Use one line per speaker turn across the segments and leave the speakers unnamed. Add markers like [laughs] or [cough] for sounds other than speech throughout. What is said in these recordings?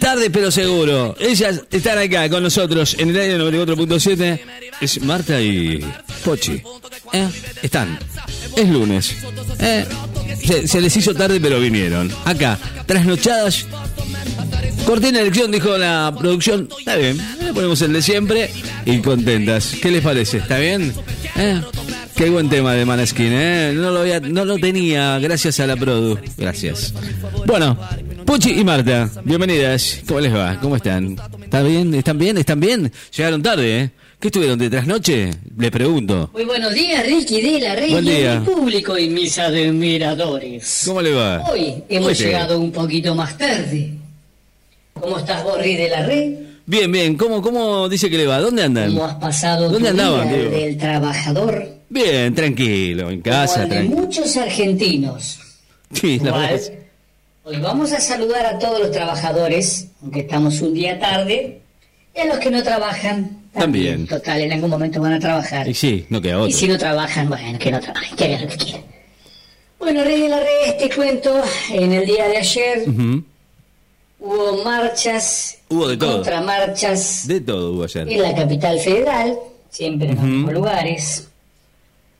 Tarde pero seguro. Ellas están acá con nosotros en el aire 94.7. Es Marta y Pochi. ¿Eh? Están. Es lunes. ¿Eh? Se, se les hizo tarde pero vinieron. Acá, trasnochadas. Corté la elección, dijo la producción. Está bien, le ponemos el de siempre y contentas. ¿Qué les parece? ¿Está bien? ¿Eh? Qué buen tema de Maneskin, ¿eh? No lo, había- no lo tenía, gracias a la produ. Gracias. Bueno, Puchi y Marta, bienvenidas. ¿Cómo les va? ¿Cómo están? ¿Están bien? ¿Están bien? ¿Están bien? Llegaron tarde, ¿eh? ¿Qué estuvieron de trasnoche? Les pregunto.
Muy buenos días, Ricky de la Rey
Buen
y
día.
a mi público y mis admiradores.
¿Cómo le va?
Hoy hemos
Muy bien.
llegado un poquito más tarde. ¿Cómo estás, vos, Ricky de la Rey?
Bien, bien. ¿Cómo, ¿Cómo dice que le va? ¿Dónde andan?
¿Cómo has pasado
¿Dónde
tu
andaban,
día
digo?
del trabajador?
Bien, tranquilo, en
como
casa,
el de
tranquilo.
muchos argentinos.
Sí, la verdad
Igual,
que sí.
hoy vamos a saludar a todos los trabajadores, aunque estamos un día tarde, y a los que no trabajan
También.
Total, en algún momento van a trabajar.
Y sí, no queda
Y
otro.
si no trabajan, bueno, que no trabajen, que hagan lo que quieran. Bueno, Rey de la Red, te cuento, en el día de ayer
Ujú.
hubo marchas,
Hubo de todo.
contramarchas
De todo hubo ayer.
en la capital federal, siempre en los mismos lugares,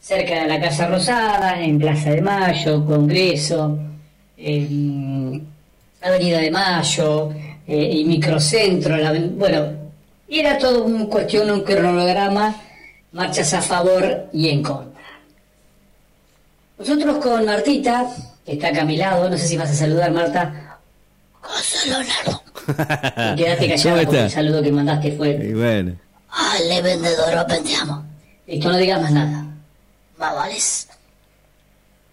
cerca de la Casa Rosada, en Plaza de Mayo, Congreso, en Avenida de Mayo eh, y Microcentro. la aven- bueno, era todo un cuestión, un cronograma, marchas a favor y en contra. Nosotros con Martita, que está acá a mi lado, no sé si vas a saludar, Marta. Gonzalo Leonardo. Quédate
¿Cómo
callada porque
está?
el saludo que mandaste fue.
Y bueno.
Ale, vendedora, pendeamos. Listo, no digas más nada. Más vales.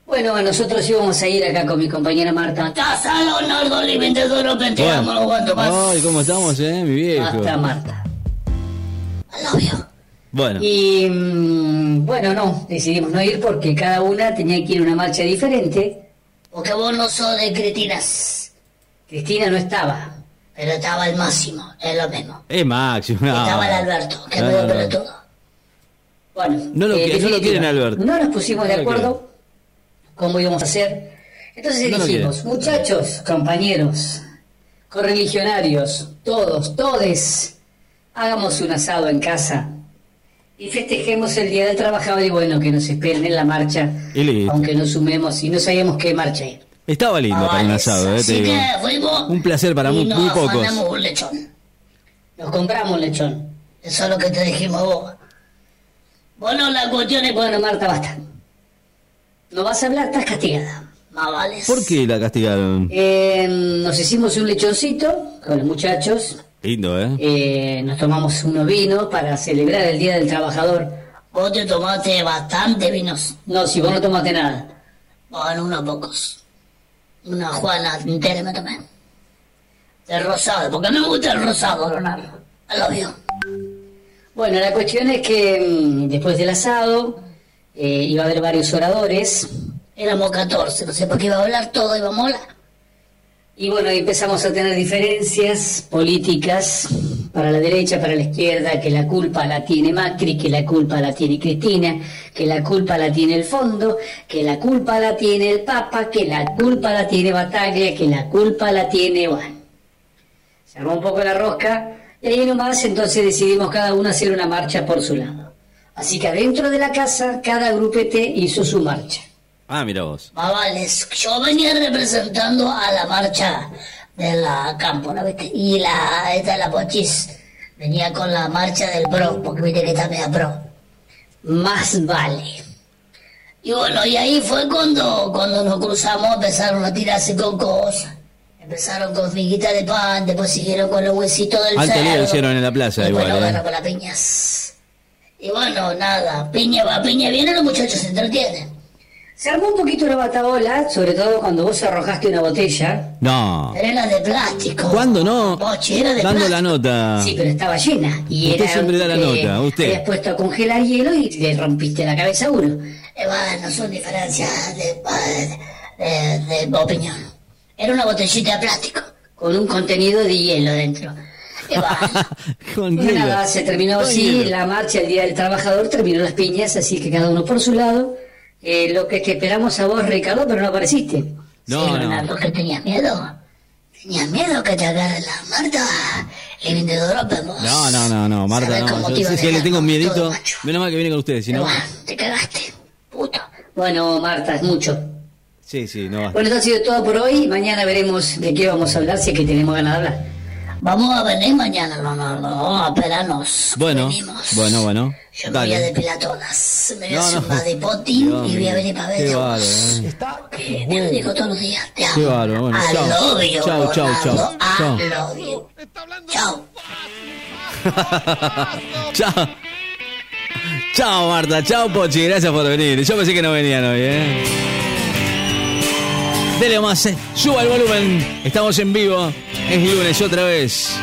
Bueno, nosotros íbamos a ir acá con mi compañera Marta. ¡Taza, Leonardo, le vendedora, pendeamos! No aguanto más.
Ay, ¿cómo estamos, eh, mi viejo?
Basta, Marta. Al novio.
Bueno,
Y mm, bueno, no, decidimos no ir porque cada una tenía que ir a una marcha diferente. Porque vos no sos de cretinas. Cristina no estaba. Pero estaba el máximo, es lo mismo.
es máximo. No, No, no, no.
Bueno,
No lo quiere- no lo
definitiva,
quieren, Alberto.
No nos pusimos
No
de
lo
acuerdo cómo íbamos a hacer. Entonces
No lo
dijimos, muchachos, compañeros, correligionarios, todos, todes, hagamos un asado en casa y festejemos el Día del Trabajador y bueno, que nos esperen en la marcha,
Y listo.
aunque nos sumemos y no sabíamos qué marcha ir.
Estaba lindo
Ah,
para un asado, eh, te digo.
fuimos
Un placer para muy, muy pocos.
un lechón. Nos compramos un lechón. Eso es lo que te dijimos vos. Bueno, la cuestión es... Bueno, Marta, basta. No vas a hablar, estás castigada. Más vales.
¿Por qué la castigaron?
Eh, nos hicimos un lechoncito con los muchachos.
Lindo, ¿eh?
Eh, nos tomamos unos vinos para celebrar el Día del Trabajador.
Vos te tomaste bastante vinos.
No, si vos no tomaste nada.
Bueno, unos pocos. Una Juana entera me tomé. De rosado, porque me gusta el rosado, Leonardo. El obvio.
Bueno, la cuestión es que mm, después del asado eh, iba a haber varios oradores.
Éramos 14, no sé por qué iba a hablar todo, iba a molar.
Y bueno, ahí empezamos a tener diferencias políticas para la derecha, para la izquierda, que la culpa la tiene Macri, que la culpa la tiene Cristina, que la culpa la tiene el fondo, que la culpa la tiene el Papa, que la culpa la tiene Bataglia, que la culpa la tiene Juan. Se armó un poco la rosca y ahí nomás entonces decidimos cada uno hacer una marcha por su lado. Así que adentro de la casa cada grupete hizo su marcha.
Ah, mira vos.
Más vales, yo venía representando a la marcha de la Cámpora, ¿viste? Y la, esta la Pochis venía con la marcha del Pro, porque viste que está media Pro.
Más vale.
Y bueno, y ahí fue cuando, cuando nos cruzamos, empezaron a tirarse con cosas. Empezaron con figuitas de pan, después siguieron con los huesitos del
Alto lío
cerdo.
hicieron en la plaza
y
igual,
Bueno,
¿eh?
bueno, con las piñas. Y bueno, nada, piña va, piña viene, los muchachos se entretienen.
Se armó un poquito una batabola, sobre todo cuando vos arrojaste una botella.
No.
Pero era de plástico.
¿Cuándo no?
Pochi, era de
Dando
plástico.
la nota.
Sí, pero estaba llena. Y
Usted
era, este,
siempre da la nota, usted.
Habías puesto a congelar hielo y le rompiste la cabeza a uno.
Eh, bueno, son diferencias de, de- de opinión. Era una botellita de plástico.
Con un contenido de hielo dentro.
Y
Eh,
bueno,
[laughs] Con
Bueno,
hielo.
nada, se terminó
Con
así
hielo.
la marcha el Día del Trabajador, terminó las piñas, así que cada uno por su lado. Eh, lo que te esperamos a vos, Ricardo, pero no apareciste.
No,
sí,
no.
Leonardo, que tenías miedo.
Tenía miedo que te agarre la Marta. Living the Droppemos.
No, no, no, no, Marta,
¿Sabes
no.
cómo
Yo-
te iba a
si- si le
dejar
tengo un
con todo,
miedito,
macho?
menos mal que viene con ustedes, si
Pero
no.
bueno, te cagaste, puto.
Bueno, Marta, es mucho.
Sí, sí, no va.
Bueno, esto ha sido todo por hoy. Mañana veremos de qué vamos a hablar, si es que tenemos ganas de hablar.
Vamos a venir mañana, no, no, no, esperanos.
Bueno,
Venimos.
bueno, bueno.
Yo me voy a
Dale.
depilar todas. Me voy
No,
a hacer
no.
una de potín
Dios
y voy a
mío.
venir para
Qué
verte.
bárbaro, eh.
Porque te lo digo todos los días. Te amo.
Qué bárbaro, bueno,
I
chao.
love you,
Chao, chao, chao,
Ronaldo. I
chao.
love you. Chao.
Chao. Chao, Marta. Chao, Pochi. Gracias por venir. Yo pensé que no venían hoy, ¿eh? Dele más. eh. Suba el volumen. Estamos en vivo. Es lunes otra vez.